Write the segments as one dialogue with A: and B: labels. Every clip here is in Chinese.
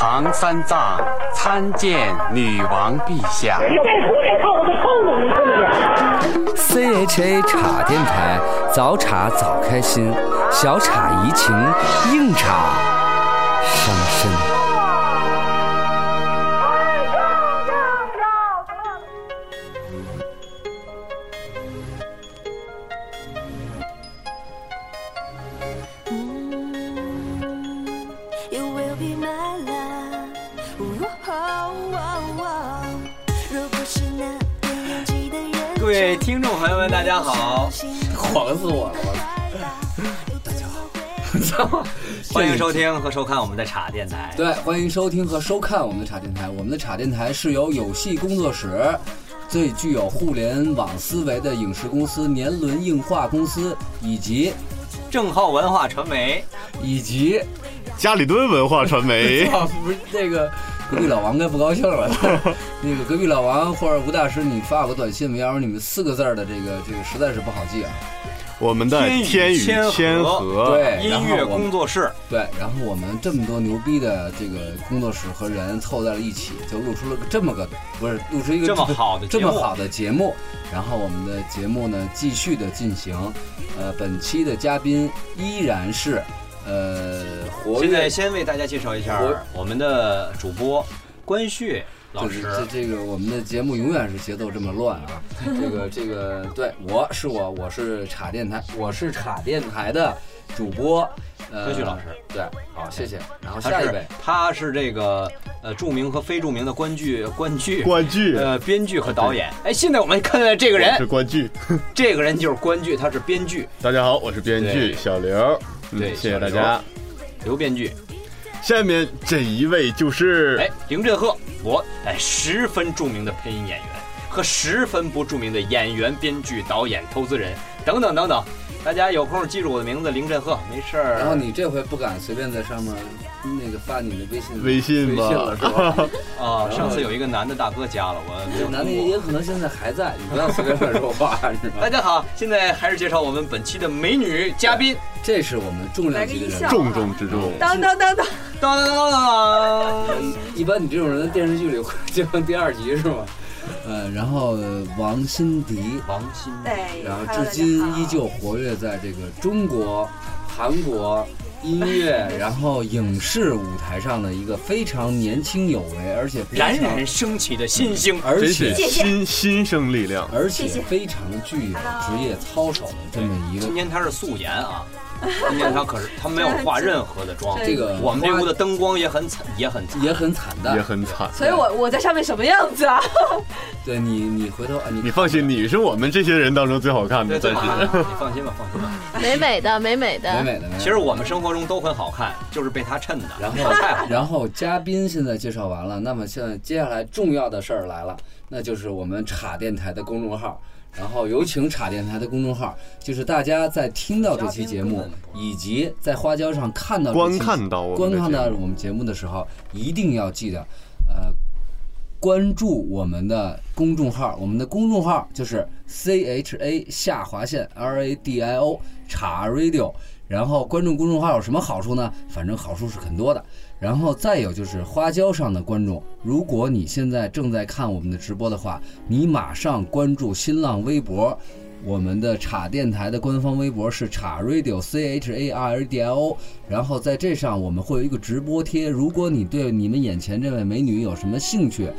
A: 王三藏参见女王陛下。
B: CHA 茶电台，早茶早开心，小茶怡情，硬茶伤身。
C: You will be my love. Ooh, oh, oh, oh. 如果是那个拥挤的人
D: 各位听众朋友们，大家 好，
C: 潮，
E: 狂死我了！
C: 大家好。
E: 我操！
D: 欢迎收听和收看我们的茶电台。
B: 对，欢迎收听和收看我们的茶电台。我们的茶电台是由有戏工作室最具有互联网思维的影视公司年轮映画公司，以及
D: 正浩文化传媒，
B: 以及
F: 加里敦文化传 媒
B: 啊，不是那个隔壁老王该不高兴了。那个隔壁老王或者吴大师，你发我个短信吧，要不然你们四个字儿的这个这个实在是不好记啊。
F: 我们的
D: 天
F: 天
D: 宇
F: 宇
D: 千
F: 千
D: 和
F: 和，
B: 对，然
D: 音
B: 后
D: 乐
B: 我们
D: 工作室，
B: 对，然后我们这么多牛逼的这个工作室和人凑在了一起，就录出了这么个不是录出一个
D: 这么好的节
B: 这
D: 目
B: 么好的节目。然后我们的节目呢继续的进行，呃，本期的嘉宾依然是呃活
D: 现
B: 跃
D: 在先为大家介绍一下
B: 我
D: 我们的主播关旭老
B: 就是
D: 师。
B: 这这个我们的节目永远是节奏这么乱 啊！这个这个，对我是我我是茶电台，我是茶电台的主播，呃，
D: 科旭老师，
B: 对，好，谢谢。然后
D: 他
B: 下一
D: 是
B: 位，
D: 他是这个呃著名和非著名的观剧观剧
F: 关剧
D: 呃编剧和导演。哎，现在我们看到这个人
F: 是，关剧。
D: 这个人就是观剧，他是编剧
F: 大家好，我是编
D: 对
F: 剧小刘，嗯
D: 对
F: 谢谢大
D: 小
F: 家。
D: 刘编剧。
F: 下面这一位就是，
D: 哎，林振赫，我哎十分著名的配音演员和十分不著名的演员、编剧、导演、投资人等等等等，大家有空记住我的名字林振赫，没事儿。
B: 然后你这回不敢随便在上面那个发你的微信
F: 微信吧
B: 了是吧？
D: 啊，上次有一个男的大哥加了我，没有
B: 男的
D: 通
B: 也
D: 过。
B: 有可能现在还在，你不要随便乱说话，你知道
D: 大
B: 吗？
D: 家好，现在还是介绍我们本期的美女嘉宾，
B: 这是我们重量级的人物。
F: 重中之重。
G: 当当当当，
D: 当当当当当，
B: 一般你这种人在电视剧里会进行第二集是吗？呃，然后呃王心迪，
D: 王心
G: 对，
B: 然后
G: 哎 Hello，
B: 至今
G: 大家好
B: 依旧活跃在这个中国、韩国音乐，然后影视舞台上的一个非常年轻有为，而且非常
D: 冉冉升起的新星，
B: 而
F: 真
B: 且
F: 是新新生力量，
B: 而且
G: 谢嗯谢
B: 非常具有职业操守的这么一个
D: 今。天她是素颜啊，今天她可是她没有化任何的妆，
B: 这个
D: 我们这屋的灯光也很惨，也很惨。
B: 也很惨
F: 也
B: 淡，
F: 很惨。
G: 所以我我在上面什么样子啊？
B: 对你，你回头啊，你
F: 你放心，你是我们这些人当中最好看的，
D: 对对
F: 暂时。
D: 对，你放心吧，放心吧。
H: 美美的，美美
B: 美
H: 的。
B: 美的。美美的
D: 其实我们生活中都很好看，就是被他衬的。
B: 然后
D: 他太好，
B: 然后嘉宾现在介绍完了，那么现在接下来重要的事儿来了，那就是我们茶电台的公众号。然后有请茶电台的公众号，就是大家在听到这期节目，以及在花椒上看到这期
F: 观看到我们的
B: 观
F: 节目
B: 看到我们节目的时候，一定要记得，呃，关注我们的公众号，我们的公众号就是 C H A 下划线 R A D I O 查 radio。然后关注公众号有什么好处呢？反正好处是很多的。然后再有就是花椒上的观众，如果你现在正在看我们的直播的话，你马上关注新浪微博。我们的茶电台的官方微博是茶 radio c h a r r d i o，然后在这上我们会有一个直播贴。如果你对你们眼前这位美女有什么兴趣，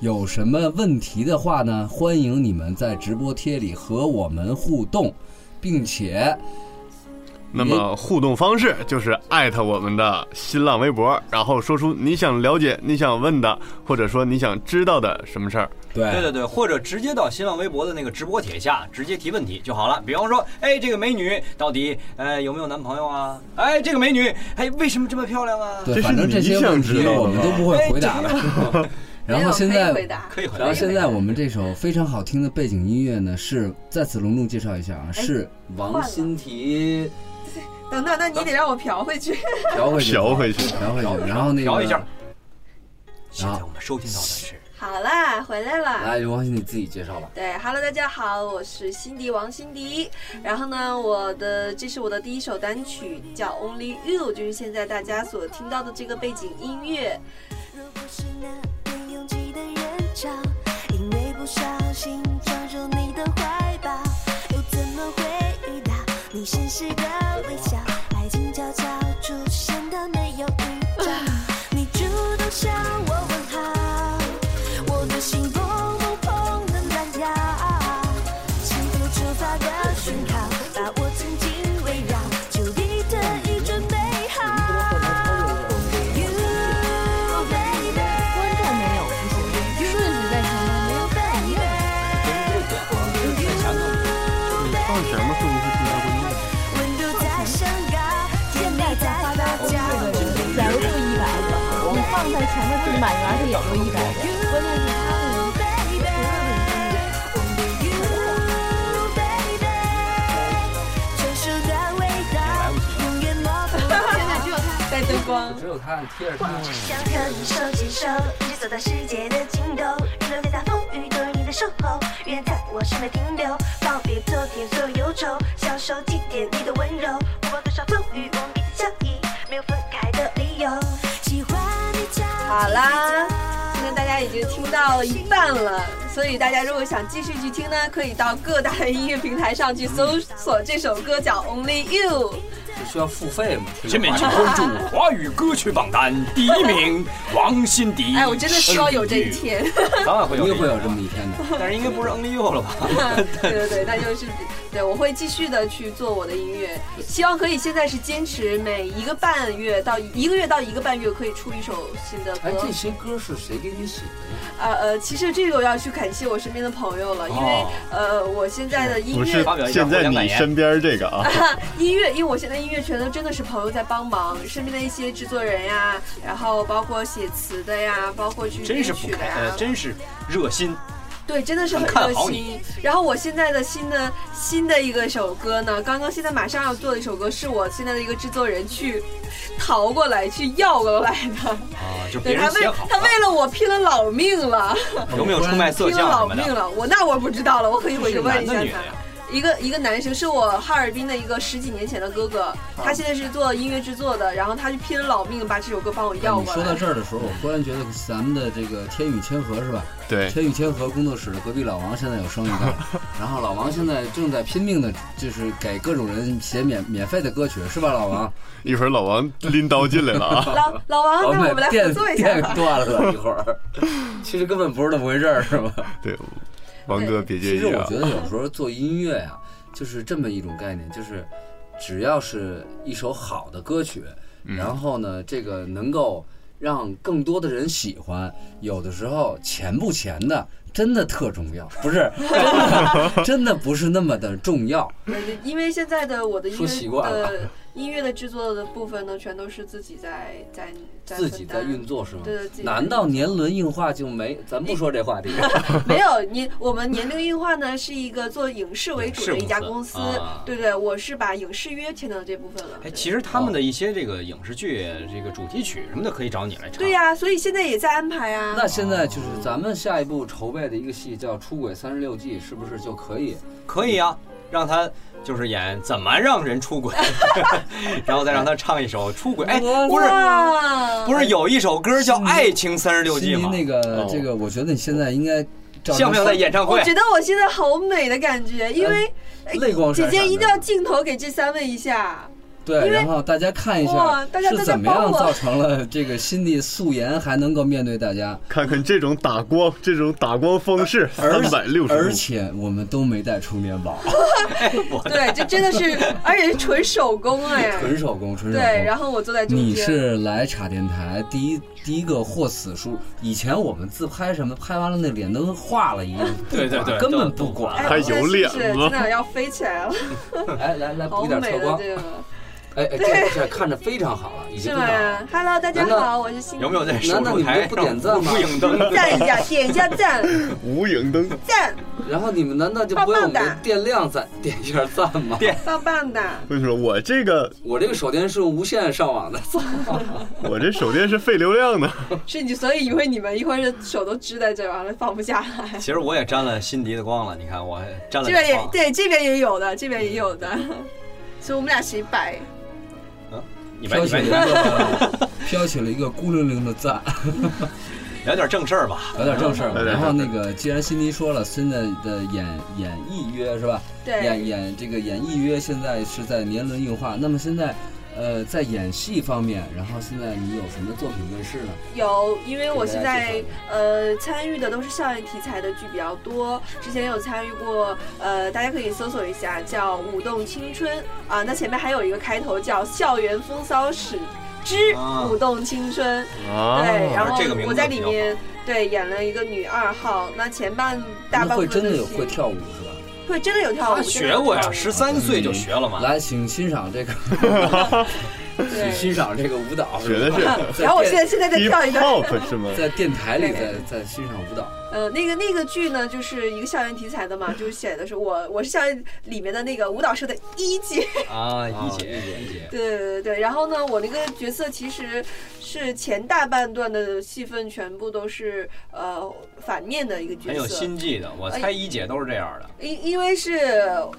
B: 有什么问题的话呢，欢迎你们在直播贴里和我们互动，并且
F: 那么互动方式就是艾特我们的新浪微博，然后说出你想了解、你想问的，或者说你想知道的什么事儿。
B: 对
D: 对对对，或者直接到新浪微博的那个直播帖下直接提问题就好了。比方说，哎，这个美女到底呃有没有男朋友啊？哎，这个美女哎为什么这么漂亮啊？
B: 对，
F: 这是
B: 反正这些问
F: 你想
B: 题
F: 知道的
B: 我们都不会回答的。然后现在
G: 没有可以回答
D: 可以回
B: 然后
D: 答。
B: 现在我们这首非常好听的背景音乐呢，是再次隆重介绍一下
G: 哎
B: 啊，是王心提
G: 等等，那你得让我嫖回去。
B: 调回去，
F: 嫖回去
B: 调回去，然后那个
D: 调一下。现在我们收听到的是
G: 好啦，回来啦。
B: 来，哎王心你自己介绍吧。
G: 对，Hello，大家好，我是辛迪王辛迪。然后呢，我的这是我的第一首单曲，叫《Only You》，就是现在大家所听到的这个背景音乐。
E: 是那被拥挤的人潮，因为不小心撞入你的怀抱，又怎么会遇到你绅士的微笑？爱情悄悄出现的没有预兆，你主动向我问好，我的心砰砰砰的乱跳，幸福出发的讯号把我紧紧围绕，就已特意准备好。Only you,
I: 观
E: baby.
I: 众没有出现，顺序在前面没有反应。
F: 放什么是不是新加坡音
E: 温度在升高，甜蜜在发酵。
I: 假如就一百个，你放在前面，它满园它也就一百个。关键是他们
E: You, baby. Only you, baby. 专属的味道，永远抹不掉。
G: 带灯光。
B: 只有他贴着他。
E: 想和你手牵手，一直走到世界的尽头，任由微大风雨都你的守候，愿在我身边停留，告别昨天所有忧愁，享受祭奠你的温柔，不管多少风雨，我们彼此相依，没有分开的理由。喜欢你悄
G: 好啦，今天大家已经听到一半了，所以大家如果想继续去听呢，可以到各大的音乐平台上去搜索这首歌叫《Only You》。
B: 需要付费吗？
D: 下面请关注华语歌曲榜单第一 名王心迪。
G: 哎，我真的希望有这一，天。
D: 当然会
B: 肯定会有
D: 有
B: 这么一天的。
D: 但是应该不是 Only You 了吧？
G: 对对对，那就是对，我会继续的去做我的音乐，希望可以现在是坚持每一个半月到一个月到一个半月可以出一首新的
B: 哎，
G: 歌
B: 这。些歌是谁给你写的？
G: 呃呃，其实这个我要去感谢我身边的朋友了，因为
D: 哦
G: 呃我现在的音
F: 不
G: 乐
F: 是现在你身边这个啊，
G: 音乐，因为我现在音乐全都真的是朋友在帮忙，身边的一些制作人呀，然后包括写词的呀，包括去
D: 真
G: 编
D: 是不
G: 曲的
D: 开，呃，
G: 呀，
D: 真是热心。
G: 对，真的是很
D: 很看
G: 热
D: 好
G: 心。然后我现在的新的新的一个首歌呢，刚刚现在马上要做的一首歌，是我现在的一个制作人去淘过来、去要过来的，
D: 啊，就别
G: 对他
D: 人
G: 为
D: 写好啊
G: 他为了我拼了老命了，
D: 有没有出卖色
G: 拼了
D: 相什
G: 老
D: 么
G: 命
D: 的？
G: 了，我那我不知道了，我可以回去
D: 是
G: 问
D: 男
G: 一
D: 的
G: 下
D: 女的
G: 他
D: 呀。
G: 一个一个男生是我哈尔滨的一个十几年前的哥
D: 啊
G: 哥，他现在是做音乐制作的，然后他就拼了老命把这首歌帮我要
B: 你
G: 过
B: 说到
G: 来。
B: 这儿的时候，我忽然觉得咱们的这个天宇千和是吧？
F: 对，
B: 天宇千和工作室的隔壁老王现在有生意 干，然后老王现在正在拼命的，就是给各种人写免免费的歌曲，是吧，老王？
F: 一会儿老王拎刀进来 了啊，
G: 老老王，
B: 老
G: 那我
B: 被
G: 们来合
B: 电
G: 作一下
B: 电
G: 吧。
B: 断了一会儿，其实根本不是那么回事儿，是吧？
F: 对，王哥别介
B: 其实
F: 意
B: 我
F: 啊
B: 觉，得有时候做音乐呀、就是这么一种概念，就是只要是一首好的歌曲，然后呢，这个能够让更多的人喜欢，有的时候钱不钱的。真的特重要，不是真的，真的不是那么的重要。
G: 嗯因为现在的我的音
B: 说习
G: 乐
B: 惯了
G: 的音乐的制作的部分呢，全都是自己在在在
B: 自己在
G: 分担
B: 运作是吗
G: 对对自？己
B: 难道年轮硬化就没？咱不说这话题。
G: 没有你，我们年龄硬化呢是一个做影视为主
D: 影视
G: 的一家
D: 公
G: 公
D: 司
G: 司，
D: 啊
G: 对对，我是把影视约签到这部分了。
D: 哎，其实他们的一些这个影视剧、这个主题曲什么的，可以找你来唱。
G: 对、呀、所以现在也在安排啊。
B: 那现在就是咱们下一步筹备的一个戏叫《出轨三十六计》，是不是就可以？
D: 可以呀、让他就是演怎么让人出轨， 然后再让他唱一首出轨。哎，不是
G: 哇，
D: 不是有一首歌叫《爱情三十六计》
B: 心
D: 吗
B: 仪？那个、
F: 哦
B: 这个，我觉得你现在应该照
D: 像不像在演唱
G: 我
D: 会？
G: 觉得我现在好美的感觉，因为哎
B: 泪光闪闪
G: 姐姐
B: 的
G: 一定要镜头给这三位一下。
B: 对，
G: 因为
B: 然后大家看一下
G: 哇大家都
B: 是
G: 在
B: 怎么样
G: 帮我
B: 造成了这个心地素颜还能够面对大家，
F: 看看这种打光，这种打光方式， 三百六十
B: 而
F: 度，
B: 且我们都没带充电宝，
G: 对，这真的是， 而且是纯手工哎。
B: 纯手工，纯手工。
G: 对，然后我坐在中间。
B: 你是来茶电台第一第一个获此殊荣。以前我们自拍什么，拍完了那脸都化了 一样，
D: 对对对
B: 根本
D: 都
B: 不管。
G: 哎，
F: 还
G: 我现在
F: 有
G: 是
F: 脸
G: 不是
F: 了
G: 真的要飞 起来了，
B: 哎，来来
G: 好
B: 补点
G: 美
B: 测
G: 的
B: 光，
G: 这个，
B: 哎哎，这这看着非常好了，已经
G: 是
B: 非常好了
G: 吗。？Hello，大家
B: 难道
G: 好，我是新。
D: 有没有在手
B: 难道
D: 术
B: 你们
D: 台
B: 都不
D: 上
B: 点赞吗
D: 呼应灯？
G: 赞一下，点一下赞
F: 无影灯，
G: 赞，
B: 然后你们难道就不为我们
G: 棒棒
B: 的
G: 哒
B: 电量赞点一下赞吗？
D: 电
G: 棒棒的。
F: 为什么我这个
B: 我这个手电是用无线上网的，
F: 我这手电是费流量的？
G: 是你，所以因为你们一会儿手都支在这儿，完了放不下来。
D: 其实我也沾了心迪的光了，你看我还沾了
G: 这边
D: 点
G: 也
D: 光。
G: 对，这边也有的，这边也有的，所以我们俩谁白？
D: 你们
B: 飘
D: 你
B: 起了
D: 们
B: 一
D: 你们
B: 个 飘起了一个孤零零的 赞。
D: 聊点正事儿吧。
B: 聊点正事儿吧。
F: 对对对
B: 然后那个，既然辛迪说了，现在的演演艺约是吧？
G: 对
B: 演演这个演艺约现在是在年轮硬化。那么现在，呃，在演戏方面，然后现在你有什么作品问世呢？
G: 有，因为我现在
B: 给大家介
G: 呃参与的都是校园题材的剧比较多，之前有参与过，呃，大家可以搜索一下叫《舞动青春》啊，那前面还有一个开头叫《校园风骚史之
D: 啊
G: 舞动青春》，
F: 啊，
G: 对，然后
D: 这个名字
G: 我在
D: 比
G: 里
D: 较好
G: 面对演了一个女二号，那前半大
B: 你
G: 半部
B: 会真的
G: 都
B: 有
G: 是
B: 会跳舞是
G: 会真的有跳舞，
D: 他
G: 真的
D: 学
G: 有
D: 过
G: 跳
D: 呀，
G: 舞
D: 十三岁就学了嘛。
B: 吧？来，请欣赏这个， 请
G: 对，
B: 欣赏这个舞蹈。
F: 学的
B: 吧
F: 是
B: 在
G: 然后我现
B: 电
G: 在现在再
F: hip
G: 跳一段。
F: hop 是吗？
B: 在电台里
G: 对
B: 在在欣赏舞蹈，
G: 呃，那个那个剧呢，就是一个校园题材的 嘛，就是写的是我我是校园里面的那个舞蹈社的一姐，
D: 啊，一
B: 啊
D: 姐
B: 一姐
D: 一姐，
G: 对对对对。然后呢，我那个角色其实是前大半段的戏份全部都是呃反面的一个角
D: 很有
G: 色，
D: 心计的。我
G: 哎
D: 猜一姐都是这样的，
G: 因因为是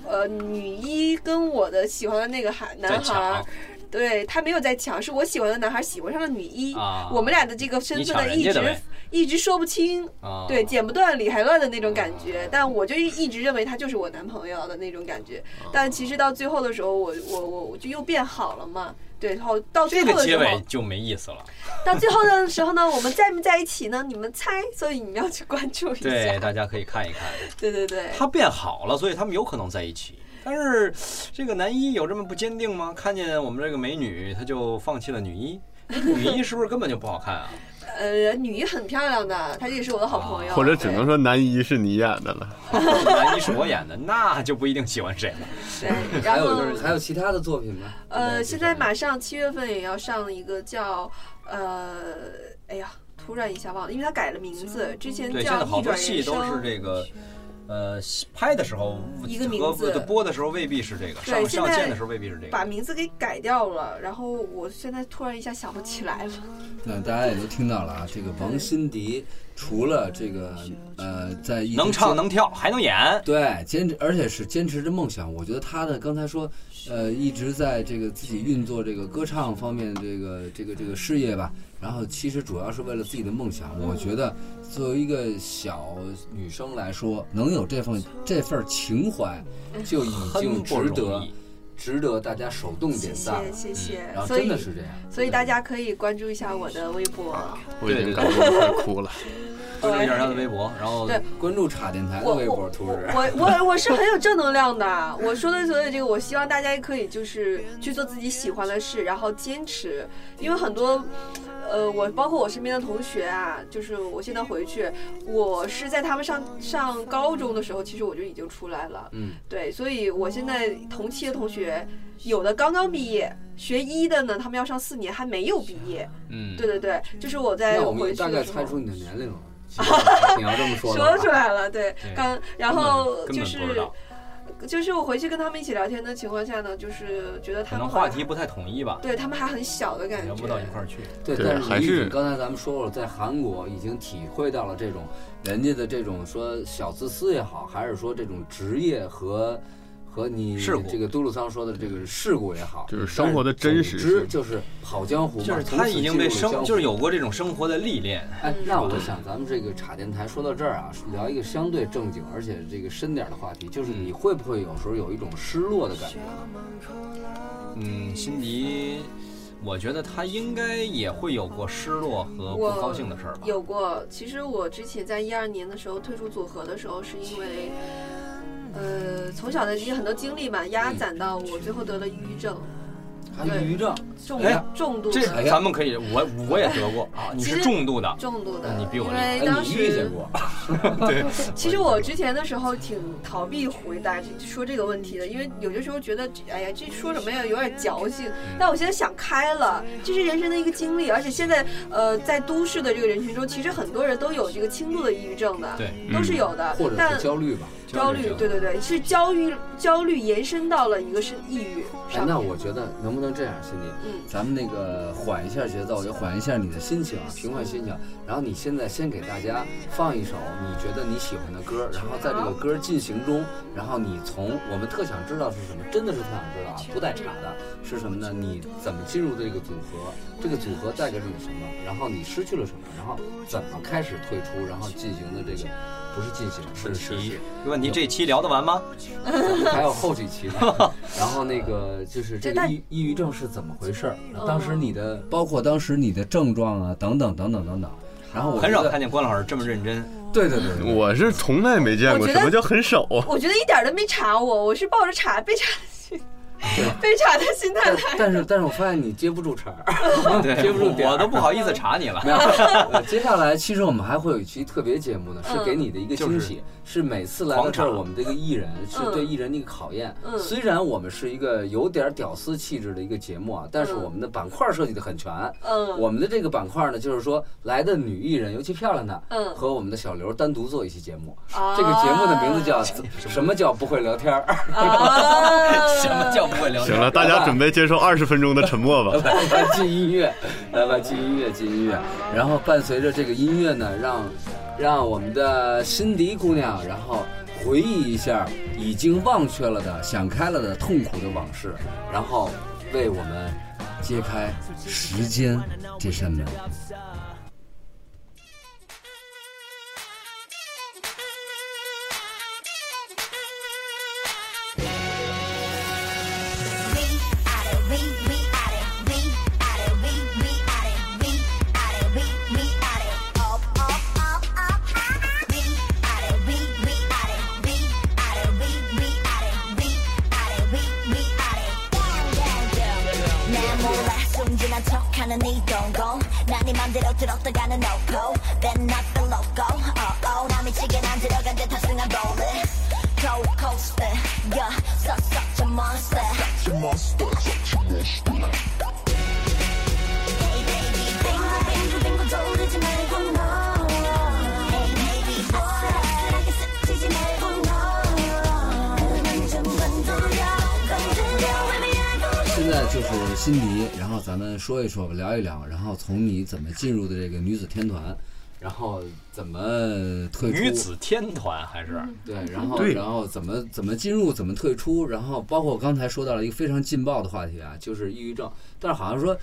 G: 呃女一跟我的喜欢的那个孩
D: 在
G: 男孩
D: 抢
G: 儿，对他没有在抢，是我喜欢的男孩喜欢上了女一，
D: 啊
G: 我们俩的这个身
D: 你
G: 份
D: 抢
G: 呢
D: 人
G: 一
D: 家的
G: 直
D: 呗。
G: 一直说不清，
D: 啊，
G: 对，剪不断理还乱的那种感觉，但我就一直认为他就是我男朋友的那种感觉，
D: 哦
G: 但其实到最后的时候，我我我我就又变好了嘛。对，然后到最
D: 这
G: 后
D: 个
G: 的
D: 结
G: 时候，
D: 尾就没意思 了。
G: 到最后的时候呢，我们在没在一起呢？你们猜，所以你们要去关注一下。
D: 对，大家可以看一看，
G: 对对对
D: 他变好了，所以他们有可能在一起。但是这个男一有这么不坚定吗？看见我们这个美女，他就放弃了女一。哎女一是不是根本就不好看 啊？
G: 呃，女一很漂亮的，她也是我的好
D: 哦
G: 朋友。
F: 或者只能说男一是你演的了。
D: 男一是我演的，那就不一定喜欢谁了。
G: 对，对
B: 还
G: 然
B: 有
G: 后
B: 就是还有其他的作品吗？
G: 呃，现在马上七月份也要上一个叫呃，哎呀，突然一下忘了，因为他改了名字，之前
D: 对，现
G: 叫
D: 在好
G: 逆
D: 多
G: 转
D: 戏
G: 人
D: 都是
G: 生。
D: 这个，呃，拍的时候
G: 一个名字
D: 和播的时候未必是这个，上
G: 对现
D: 上
G: 在
D: 线的时候未必是这
G: 把
D: 个。
G: 名字给改掉了，然后我现在突然一下想不起来了。
B: 那嗯大家也都听到了啊，这个王心迪除了这个呃，在一
D: 能
B: 直
D: 唱
B: 坚
D: 能跳还能演，
B: 对，坚持，而且是坚持着梦想。我觉得他的刚才说，呃，一直在这个自己运作这个歌唱方面这个这个这个事业吧。然后其实主要是为了自己的梦想。我觉得作为一个小女生来说，能有这份这份情怀，就已
D: 很
B: 经
D: 不
B: 值
D: 容
B: 得
D: 易。
B: 值得大家手动
G: 谢
B: 点赞
G: 谢
B: 了。
G: 谢谢
B: 嗯然，后
G: 所
B: 真
G: 以
B: 的是这样，
G: 所以大家可以关注一下我的微博。
F: 我已经感觉我快哭了。
D: 关注一下他的微博，然后
G: 对
B: 关注茶电台的
G: 我
B: 微博
G: 我
B: 图纸。
G: 我我我是很有正能量的。我说的所有这个，我希望大家可以就是去做自己喜欢的事，然后坚持，因为很多。呃，我包括我身边的同学啊，就是我现在回去，我是在他们上上高中的时候，其实我就已经出来了，
B: 嗯，
G: 对，所以我现在同期的同学，有的刚刚毕业，学医的呢，他们要上四年，还没有毕业，
D: 嗯，
G: 对对对，就是我在
B: 那我
G: 回
B: 们
G: 去
B: 大
G: 的
B: 概
G: 时
B: 猜
G: 候
B: 出你的年龄 了。其实你要这么说的话
G: 说出来了，对，刚然后
D: 根
G: 就
D: 本
G: 是
D: 不知道，
G: 就是我回去跟他们一起聊天的情况下呢，就是觉得
D: 可
G: 他
D: 能
G: 们
D: 话
G: 还
D: 题不太统一吧，
G: 对他们还很小的感
D: 聊
G: 觉，
D: 不到一块儿去。
B: 对，
F: 对
B: 但是
F: 还
B: 你已
F: 是
B: 经刚才咱们说了，在韩国已经体会到了这种人家的这种说小自私也好，还是说这种职业和和你
D: 事故
B: 这个嘟噜桑说的这个事故也好，
F: 就是生活的真实
B: 但
F: 性
B: 是总之就是跑江湖嘛，
D: 就是
B: 从
D: 他
B: 此
D: 已经
B: 进入
D: 被
B: 了江
D: 生，
B: 湖
D: 就是有过这种生活的历练。
B: 哎，那
G: 嗯
B: 我想咱们这个茶电台说到这儿啊，聊一个相对正经而且这个深点儿的话题，就是
G: 嗯
B: 你会不会有时候有一种失落的感觉？
D: 嗯，辛迪，我觉得他应该也会有过失落和不
G: 我
D: 高兴的事儿吧。
G: 有过，其实我之前在一二年的时候退出组合的时候，是因为，呃，从小的一些很多经历吧，压
D: 嗯
G: 攒到我最后得了抑郁症，
B: 还有抑郁症，
G: 重
D: 哎
G: 重度
D: 这
G: 的
B: 哎呀
D: 咱们可以，我我也得过啊，你
G: 其
D: 是
G: 实
D: 重度的，
G: 重度的，
D: 你比我厉
G: 因
D: 害
G: 为
B: 哎，
G: 当
B: 你遇见
G: 时
B: 过？
G: 其实我之前的时候挺逃避回答这说这个问题的，因为有些时候觉得，哎呀，这说什么呀，有点矫
B: 嗯
G: 情。但我现在想开了，这是人生的一个经历，而且现在呃，在都市的这个人群中，其实很多人都有这个轻度的抑郁症的，
D: 对
G: 都是有的。
B: 嗯或者
G: 但
B: 是焦虑吧？
G: 焦虑，对对对，是焦虑焦虑延伸到了一个是抑郁
B: 哎
G: 上，面。
B: 那我觉得能不能这样，兄弟？
G: 嗯
B: 咱们那个缓一下节奏，也缓一下你的心情啊，平缓心情。然后你现在先给大家放一首你觉得你喜欢的歌，然后在这个歌进行中，然后你从我们特想知道是什么，真的是特想知道啊，不带查的，是什么呢？你怎么进入这个组合？这个组合带给了你什么？然后你失去了什么？然后怎么开始退出？然后进行的这个不是进行，是实施。
D: 问题这期聊得完吗？
B: 咱们还有后几期呢。然后那个就是这个抑抑郁症是怎么回事儿？
G: 嗯
B: 当时你的包括当时你的症状啊，等等等等等等。然后我
D: 很少
B: 觉得
D: 看见关老师这么认 真。
B: 对对对对，
F: 我是从来没见过
G: 我觉
F: 什
G: 得
F: 么叫 很少啊。
G: 我觉得一点儿都没查我，我是抱着查被查的 心，被查的心态
B: 但
G: 来。
B: 但是但是我发现你接不住茬儿。
D: 对
B: 接不住点 儿
D: 我都不好意思查你了。
B: 没有，呃接下来其实我们还会有一期特别节目呢，是
G: 嗯
B: 给你的一个惊喜，是每次来到这儿，
D: 狂查
B: 我们这个艺人是
G: 嗯
B: 对艺人的一个考验。
G: 嗯
B: 虽然我们是一个有点屌丝气质的一个节目啊，但是
G: 嗯
B: 我们的板块设计的很全。
G: 嗯
B: 我们的这个板块呢，就是说来的女艺人，尤其漂亮的，
G: 嗯
B: 和我们的小刘单独做一期节目。
G: 啊
B: 这个节目的名字叫《 什么叫不会聊 天儿》
G: 啊
D: 什么叫不会聊天？
F: 行了，大家准备接受二十分钟的沉默 吧。
B: 来吧，进音乐，来吧，进音乐，进音乐。然后伴随着这个音乐呢，让让我们的辛迪姑娘，然后回忆一下已经忘却了的、想开了的痛苦的往事，然后为我们揭开时间这扇门。
C: We at it, we we at it, we at it, we we at it, we at it, we we at it, up up up up. We at it, we we at it, we at it, we we at it, we at it, we we at it, down down down. 내 몰라 숨진한 척하는 이 동공, 난네 맘대로 들었다가는 no go, then not the logo. Oh oh, 나 미치게 난 들어간 듯 탑승한 roller coaster, yeah, such such a monster. Hey baby, 빙고 빙고 빙고 돌리지 말고 no. Hey baby, 아슬아슬하게 스치지 말고 no. 눈좀 건드려, 건드려 의미하고
B: 现在就是辛迪，然后咱们说一说吧，聊一聊，然后从你怎么进入的这个女子天团，然后怎么退出
D: 女子天团还是
B: 对，然后
F: 对
B: 然后怎么怎么进入，怎么退出，然后包括刚才说到了一个非常劲爆的话题啊，就是抑郁症，但是好像说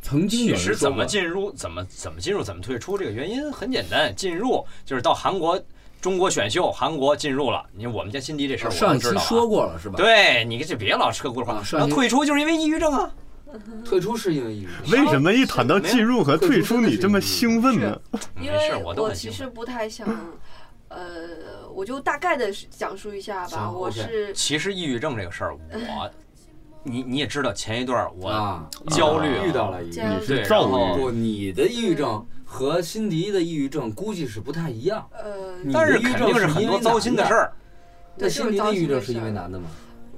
B: 曾经有啊
D: 其
B: 人
D: 实
B: 说
D: 怎么
B: 过
D: 进入、怎么怎么进入、怎么退出，这个原因很简单，进入就是到韩国中国选秀，韩国进入了，你看我们家辛迪这事儿我
B: 上
D: 都
B: 一期
D: 知道、啊。
B: 说过了是吧？，
D: 对你这别老扯故事话
B: 啊，上
D: 然后
B: 期
D: 退出就是因为抑郁症啊。
B: 退出是因为抑郁症。
F: 为什么一谈到进入和退出，你这么兴奋呢？
D: 嗯没
G: 因
D: 事，
G: 为
D: 我都很
G: 其
D: 兴
G: 实
D: 奋。
G: 不太想，呃，我就大概的讲述一下吧。
B: 行
G: 我
B: OK
G: 是
D: 其实抑郁症这个事儿，我你你也知道，前一段我
B: 啊，
D: 焦虑
B: 遇到了抑郁
G: 这样
B: 症。
F: 你
D: 对，
F: 是
D: 然
F: 躁
D: 后
F: 郁，
B: 不，你的抑郁症和辛迪的抑郁症估计是不太一样。
G: 呃，
B: 你
D: 但是肯定是很多糟心的事儿。
B: 那
G: 对就是
B: 辛迪的抑郁症
G: 糟
B: 是
G: 心的事儿
B: 因为男的吗？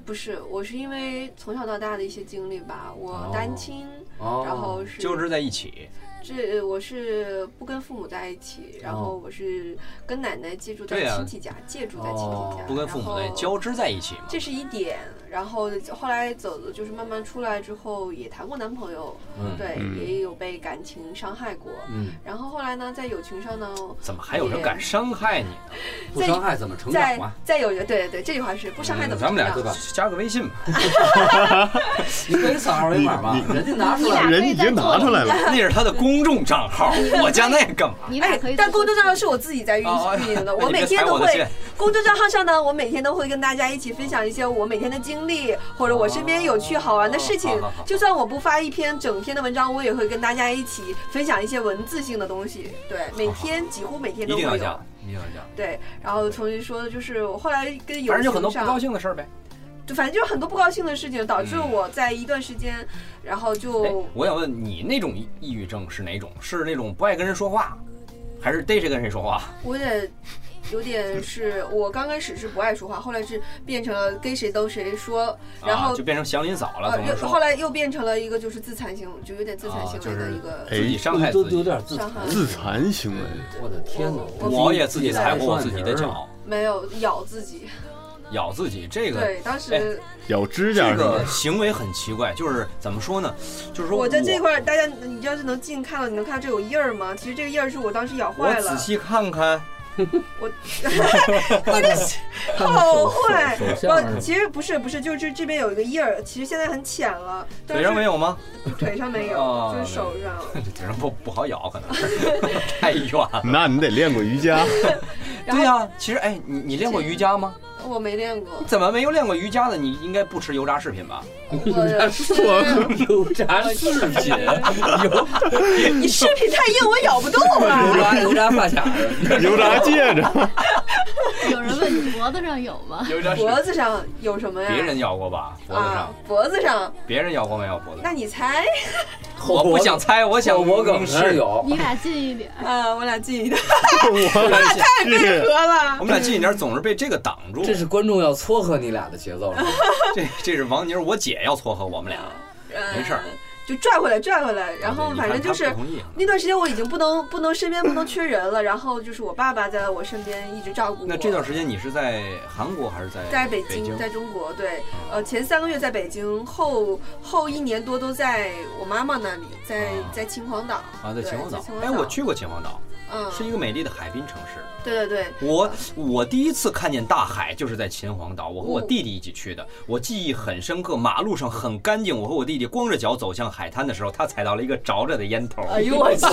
G: 不是，我是因为从小到大的一些经历吧，我单亲，
B: 哦，
G: 然后是
D: 纠缠在一起，
G: 这我是不跟父母在一起，然后我是跟奶奶借住在
D: 哦对啊哦
G: 亲戚家，借住在亲戚家，
D: 不跟父母在
G: 然后
D: 交织在一起嘛。
G: 这是一点，然后后来走的就是慢慢出来之后也谈过男朋友，
B: 嗯
G: 对，
F: 嗯
G: 也有被感情伤害过。
B: 嗯，
G: 然后后来呢，在友情上呢，
D: 怎么还有人敢伤害你呢？
B: 不伤害怎么成
G: 在
B: 长嘛？
G: 在友情，对对对，这句话是不伤害怎么
D: 啊嗯咱们俩
G: 成
B: 对吧
G: 长
D: 加个微信吧，
B: 你可以扫二维码嘛，
F: 你
B: 人家拿出来
E: 俩
F: 人已经拿出来了。
D: 那是他的公众账 号，我加那干嘛？
E: 你俩
G: 哎
E: 可以，
G: 但公众账号是我自己在运
D: 哦
G: 运营的，
D: 哎
G: 我
D: 你
G: 每
D: 别
G: 天
D: 踩
G: 都
D: 我的
G: 会
D: 线。
G: 公众账号上呢，我每天都会跟大家一起分享一些我每天的经历，或者我身边有趣好玩的事情
D: 哦好好好。
G: 就算我不发一篇整篇的文章，我也会跟大家一起分享一些文字性的东西。对，每天几乎每
D: 一
G: 天都
D: 定要
G: 会
D: 加
G: 有。，
D: 一定要加。
G: 对，然后重新说的就是我后来跟友
D: 反正
G: 情上，
D: 就很多不高兴的事儿呗。
G: 就反正就是很多不高兴的事情，导致
D: 嗯
G: 我在一段时间，然后
D: 哎
G: 就，
D: 我想问你，那种抑郁症是哪种？是那种不爱跟人说话，还是逮谁跟谁说话？
G: 我也有点是我刚开始是不爱说话，后来是变成了跟谁都谁说，然
D: 啊、
G: 后
D: 就变成祥林嫂了，
G: 呃
D: 怎么
G: 又
D: 说？啊
G: 后来又变成了一个就是自残行为，就有点自残行为的一个。
D: 自己伤害
B: 都
D: 自
B: 有
D: 己。
B: 点自
G: 伤害
B: 残。
F: 自残行为，
B: 我的天哪！
G: 我
D: 我也自己踩过我
B: 自
D: 自
B: 己
D: 己
B: 来
D: 的
B: 撞人
D: 脚，
G: 没有咬自己。
D: 咬自己，这个哎
G: 对，当时
F: 咬指甲
D: 这
F: 是吧
D: 个？行为很奇怪，就是怎么说呢？就是说
G: 我在这块儿，大家你要是能近看到，你能看到这有印儿吗？其实这个印儿是我当时咬
D: 我
G: 坏
D: 仔
G: 了，
D: 细看看，
B: 看看手看看
G: 好
B: 手
G: 坏
B: 手手。相是
G: 不，
B: 吧
G: 其实不是不是，就是这这边有一个印儿，其实现在很浅了，但
D: 腿
G: 是
D: 上没有吗？
G: 腿上没有，
D: 哦
G: 就是手上。
D: 腿上不不好咬，可能 太远了。
F: 那你得练过瑜 伽，
G: 然
D: 对
G: 后
D: 呀、其实哎，你你练过瑜伽吗？
G: 我没练过，
D: 怎么没有练过瑜伽的？你应该不吃油炸食品吧？
G: 我是
B: 油炸视频，油
G: 你视频太硬，我咬不动
B: 油
G: 啊。
B: 炸油炸发卡，
F: 油炸戒指。
E: 有人问你脖子上有吗？
D: 油炸
G: 脖子上有什么呀？
D: 别人咬过吧？脖子上
G: 啊，，脖子上，
D: 别人咬过没有？脖子上
G: 那。你猜
D: 我不想猜，我想
B: 我梗
D: 明
B: 是
D: 示。
B: 有，
E: 你俩近一点，
G: 啊？我俩记忆的
F: 我
G: 配合
F: 去，
G: 了
D: 我。们俩近一点，总是被这个挡住。
B: 这是观众要撮合你俩的节奏了。
D: 这这是王宁，我姐要撮合我们俩。
G: 呃
D: 没事儿，
G: 就拽回来，拽回来。然后
D: 你看
G: 反正就
D: 她
G: 是
D: 不同意啊
G: 那段时间我已经不能不能身边不能缺人了，然后就是我爸爸在我身边一直照顾我。
D: 那这段时间你是在韩国还是在
G: 在北
D: 京？啊
G: 京，在中国，对，呃，前三个月在北京，后后一年多都在我妈妈那里，在
D: 啊
G: 在秦皇岛
D: 啊，在
G: 对
D: 秦皇岛
G: 在秦。
D: 哎，我去过秦皇岛，
G: 嗯，
D: 是一个美丽的海滨城市。
G: 对对对，
D: 我我第一次看见大海就是在秦皇岛，我和我
G: 嗯
D: 弟弟一起去的，我记忆很深刻。马路上很干净，我和我弟弟光着脚走向海滩的时候，他踩到了一个着着的烟头。
G: 哎 呦我去，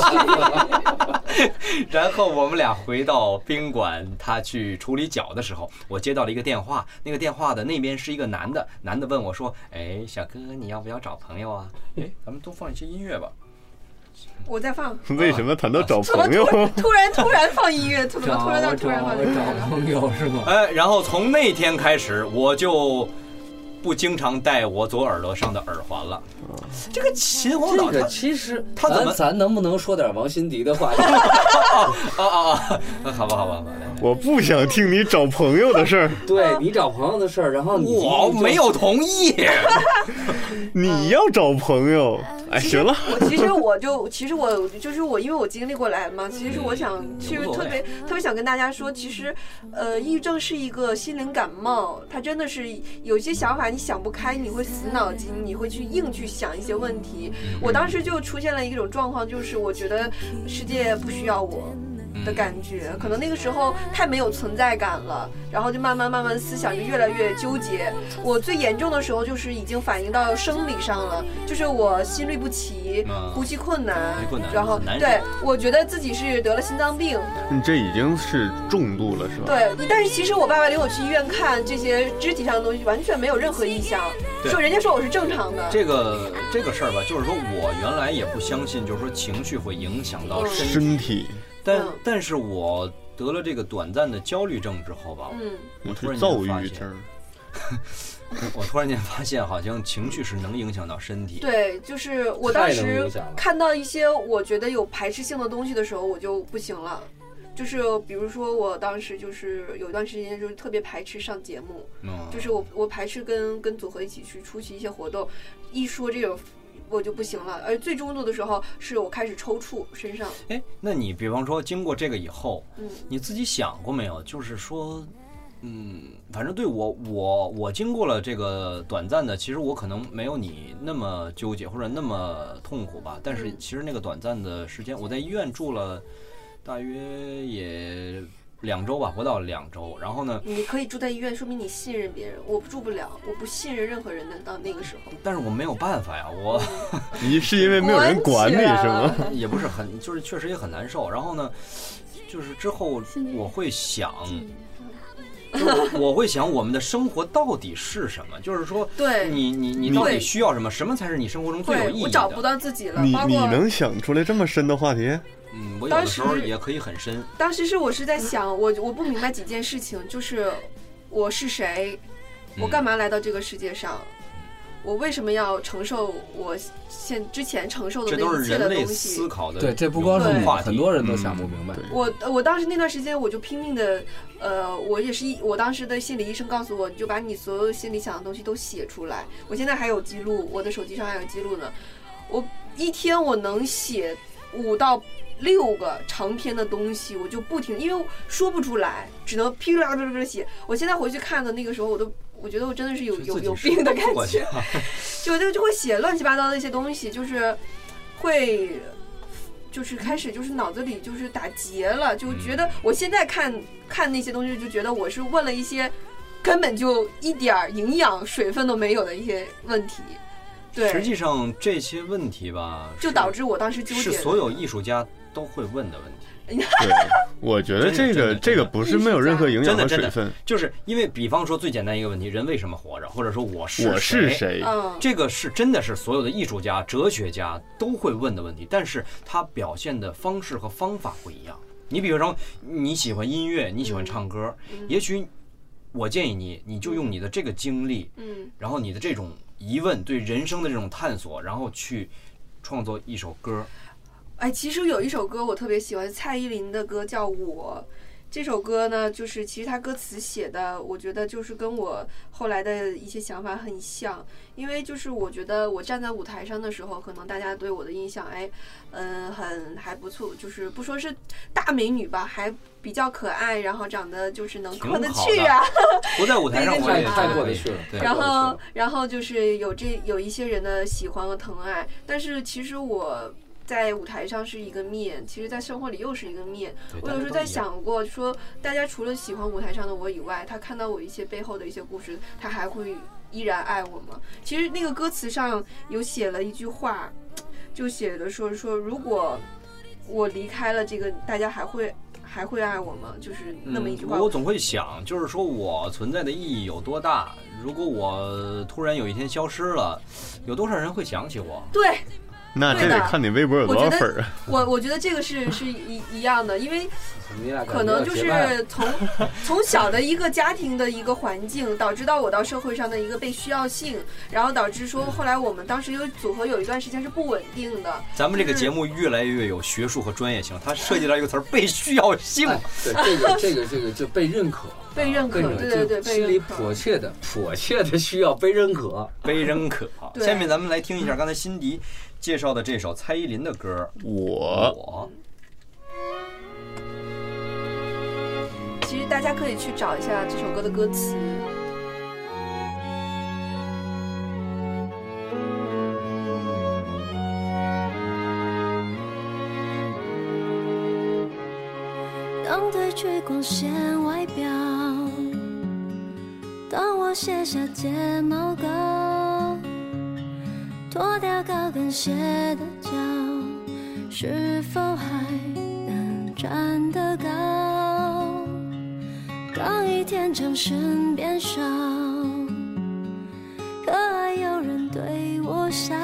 D: 然后我们俩回到宾馆，他去处理脚的时候，我接到了一个电话，那个电话的那边是一个男的，男的问我说：“哎，小哥，你要不要找朋友啊？哎，咱们多放一些音乐吧。
G: 我在放，
F: 为什么谈到找
G: 怎么
F: 朋友？
G: 突突然突然放音乐，怎么
B: 找
G: 突然到突然放音乐
B: 找
G: 了？
B: 朋友是” 吗？
D: 哎，然后从那天开始，我就不经常戴我左耳朵上的耳环了。这个秦皇岛
B: 这
D: 它
B: 个其实，
D: 他怎么
B: 咱咱能不能说点王心迪的话题？
D: 啊啊啊！好吧，好吧，好吧。来来
F: 我不想听你找朋友的事儿，
B: 对你找朋友的事儿，然后你
D: 我没有同意。
F: 你要找朋友。哎，行了，
G: 我 其实我就其实我就是我，因为我经历过来嘛，其实我想去
D: 无所
G: 特
D: 谓
G: 别特别想跟大家说，其实，呃，抑郁症是一个心灵感冒，它真的是有一些想法你想不开，你会死脑筋，你会去硬去想一些问题。我当时就出现了一种状况，就是我觉得世界不需要我。
D: 嗯
G: 的感觉，可能那个时候太没有存在感了，然后就慢慢慢慢思想就越来越纠结。我最严重的时候就是已经反映到生理上了，就是我心律不齐
D: 嗯，
G: 呼吸困难
D: 呼吸困难，
G: 然后
D: 很难受
G: 对我觉得自己是得了心脏病，
F: 你这已经是重度了，是吧？
G: 对，但是其实我爸爸领我去医院看这些肢体上的东西，完全没有任何异象，
D: 对
G: 说人家说我是正常的，
D: 这个这个事儿吧，就是说我原来也不相信，就是说情绪会影响到身体。
F: 身体，
D: 但
G: 嗯
D: 但是我得了这个短暂的焦虑症之后吧，
G: 嗯，
F: 我
D: 突
F: 是
D: 然间
F: 躁
D: 发
F: 郁
D: 现
F: 症。
D: 我突然间发现，好像情绪是能影响到身体。
G: 对，就是我当
B: 太能
G: 时
B: 影响了
G: 看到一些我觉得有排斥性的东西的时候，我就不行了。就是比如说，我当时就是有一段时间就是特别排斥上节目，
D: 嗯，
G: 就是我我排斥跟跟组合一起去出席一些活动，一说这种我就不行了。而最中度的时候是我开始抽搐身上，
D: 哎，那你比方说经过这个以后，
G: 嗯
D: 你自己想过没有？就是说，嗯，反正对我，我我经过了这个短暂的，其实我可能没有你那么纠结或者那么痛苦吧。但是
G: 嗯
D: 其实那个短暂的时间，我在医院住了大约也两周吧，不到两周。然后呢，
G: 你可以住在医院，说明你信任别人。我住不了，我不信任任何人的。到那个时候，
D: 但是我没有办法呀，我。
F: 你是因为没有人管你是吗？
D: 也不是很，就是确实也很难受。然后呢，就是之后我会想，就是我会想我们的生活到底是什么？就是说，
G: 对
D: 你你你
F: 你
D: 到底需要什么？什么才是你生活中最有
G: 对
D: 意义
G: 我
D: 的？
G: 找不到自己了。
F: 你
G: 包括
F: 你能想出来这么深的话题？
D: 嗯，我有
G: 当
D: 的时候
G: 时
D: 也可以很深。
G: 当时是我是在想，我我不明白几件事情，就是我是谁，
D: 嗯
G: 我干嘛来到这个世界上，我为什么要承受我现之前承受的
D: 这都
G: 那一
D: 是
G: 切
D: 人
G: 的
D: 类
G: 东
D: 思
G: 西。
D: 考的
B: 对，这不光是
G: 对
B: 你，
D: 话题
B: 很多人都想不明白。
F: 对
G: 我我当时那段时间，我就拼命的，呃，我也是一，我当时的心理医生告诉我，你就把你所有心里想的东西都写出来。我现在还有记录，我的手机上还有记录呢。我一天我能写五到六个长篇的东西，我就不停，因为说不出来，只能噼里啪啦噼里啪啦写。我现在回去看的那个时候，我都我觉得我真的是有有有病的感
D: 我
G: 觉， 就就就会写乱七八糟的一些东西，就是会。就是开始就是脑子里就是打结了，就
D: 嗯
G: 觉得我现在看看那些东西，就觉得我是问了一些根本就一点儿营养水分都没有的一些问题，
D: 实
G: 对，
D: 际上这些问题吧，
G: 就是导致我当时纠结
D: 是
G: 了。
D: 所有艺术家都会问的问题。
F: 对，我觉得这
D: 真
F: 个
D: 的真的
F: 这个不是没有任何营养
D: 真
F: 和
D: 的真
F: 水
D: 的
F: 分。，
D: 就是因为比方说最简单一个问题，人为什么活着，或者说我是
F: 我是谁？
G: 嗯，
D: 这个是真的是所有的艺术家、哲学家都会问的问题，但是他表现的方式和方法不一样。你比如说你喜欢音乐，你喜欢唱歌，也许我建议你，你就用你的这个经历，
G: 嗯，
D: 然后你的这种疑问对人生的这种探索，然后去创作一首歌。
G: 哎，其实有一首歌我特别喜欢，蔡依林的歌叫《我》。这首歌呢，就是其实它歌词写的，我觉得就是跟我后来的一些想法很像，因为就是我觉得我站在舞台上的时候，可能大家对我的印象，哎，嗯，很还不错，就是不说是大美女吧，还比较可爱，然后长得就是能
D: 挺
G: 过得
D: 好
G: 去
D: 的
G: 啊，
D: 不在舞台上，
G: 那个
D: 我也
G: 女孩
D: 觉
G: 太
D: 得
G: 过
B: 得去了
D: 对，
G: 然后，然后就是有这有一些人的喜欢和疼爱，但是其实我在舞台上是一个面，其实在生活里又是一个面。
D: 对
G: 我有时候在，想过，说大家除了喜欢舞台上的我以外，他看到我一些背后的一些故事，他还会依然爱我吗？其实那个歌词上有写了一句话，就写的说说如果我离开了这个，大家还会还会爱我吗？就是那么一句话。
D: 嗯我总会想，就是说我存在的意义有多大？如果我突然有一天消失了，有多少人会想起我？
G: 对，
F: 那这
G: 对
F: 得
G: 的
F: 看你微博有多少粉儿啊！
G: 我我觉得这个是是一一样的，因为
B: 你俩
G: 可能就是
B: 啊
G: 从从小的一个家庭的一个环境，导致到我到社会上的一个被需要性，然后导致说后来我们当时有组合有一段时间是不稳定的，
D: 咱们这个
G: 就是
D: 节目越来越有学术和专业性，它涉及到一个词儿“被需要性
B: 哎”。对这个这个这个就被认 可，
G: 被认可，
B: 被认可，
G: 对对对，
B: 就
G: 被
B: 心里
G: 认可。
B: 迫切的迫切的需要被认可。
D: 悲仍可怕。
G: 对
D: 下面咱们来听一下刚才辛迪介绍的这首蔡依林的歌《
F: 我
B: 哦
D: 我
G: 其实大家可以去找一下这首歌的歌词。
C: 当褪去光鲜外表，当我卸下睫毛膏，脱掉高跟鞋的脚，是否还能站得高？当一天掌声变少，可爱有人对我笑，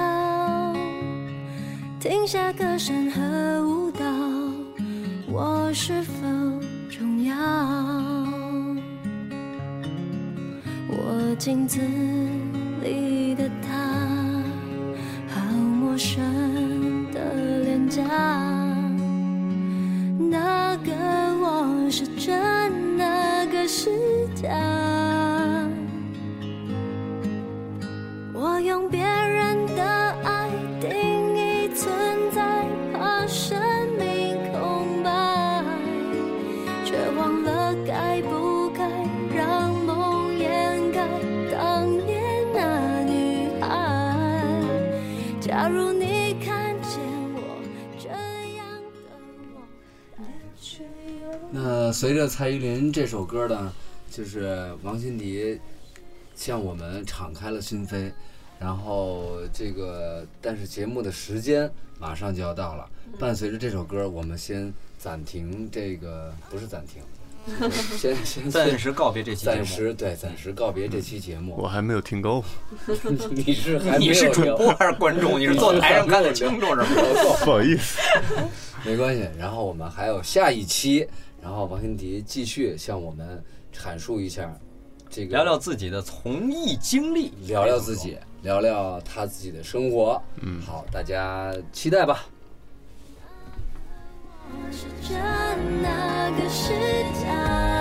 C: 停下歌声和舞蹈。我是否重要？我镜子里的他，好陌生的脸颊，那个我是真，那个是假？我用别人的爱定义存在，怕生命空白，却忘了该不该让梦掩盖当年那女孩。假如你看见我这样的我，你却又
B: 那随着蔡依林这首歌呢，就是王心迪向我们敞开了心扉，然后这个但是节目的时间马上就要到了，
G: 嗯
B: 伴随着这首歌，我们先暂停这个不是暂 停，就是先先
D: 暂时告别这期节
B: 暂
D: 目。
B: 时对暂时告别这期节目
F: 我。还没有听够，
B: 你是还没
D: 嗯你是
B: 有
D: 主
B: 聊
D: 播还是观众？你 是坐台上看得清楚是吗？
F: 不好意思。
B: 没关系。然后我们还有下一期，然后王心迪继续向我们阐述一下这个
D: 聊聊自己的从艺经历，
B: 聊聊自己，聊聊他自己的生活。嗯，好，大家期待吧。
C: 是真，那个是假？